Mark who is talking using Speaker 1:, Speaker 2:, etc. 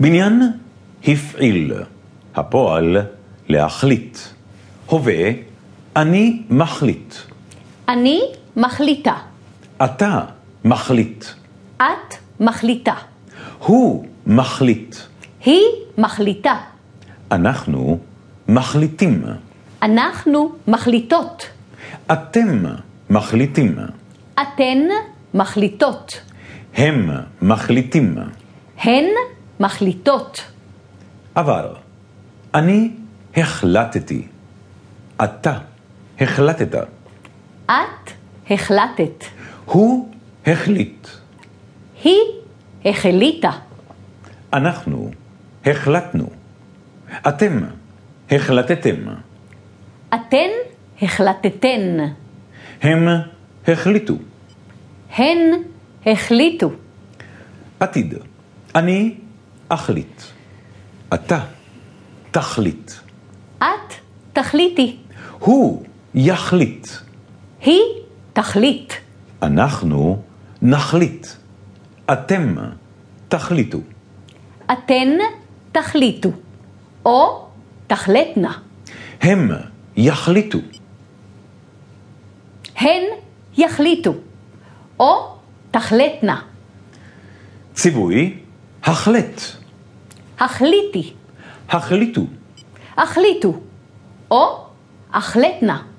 Speaker 1: בניין הפעיל, הפועל להחליט. הווה, אני מחליט.
Speaker 2: אני מחליטה.
Speaker 1: אתה מחליט.
Speaker 2: את מחליטה.
Speaker 1: הוא מחליט.
Speaker 2: היא מחליטה.
Speaker 1: אנחנו מחליטים.
Speaker 2: אנחנו מחליטות.
Speaker 1: אתם מחליטים.
Speaker 2: אתן מחליטות.
Speaker 1: הם מחליטים.
Speaker 2: הן מחליטות.
Speaker 1: עבר. אני החלטתי. אתה החלטת.
Speaker 2: את החלטת.
Speaker 1: הוא החליט.
Speaker 2: היא החליטה.
Speaker 1: אנחנו החלטנו. אתם החלטתם.
Speaker 2: אתן החלטתן.
Speaker 1: הם החליטו.
Speaker 2: הן החליטו.
Speaker 1: עתיד. אני אחליט. אתה תחליט.
Speaker 2: את תחליטי.
Speaker 1: הוא יחליט.
Speaker 2: היא תחליט.
Speaker 1: אנחנו נחליט. אתם תחליטו.
Speaker 2: אתן תחליטו. או תחלטנה.
Speaker 1: הם יחליטו.
Speaker 2: הן יחליטו. או תחלטנה.
Speaker 1: ציווי החלט.
Speaker 2: החליטי.
Speaker 1: החליטו.
Speaker 2: החליטו. או החלטנה.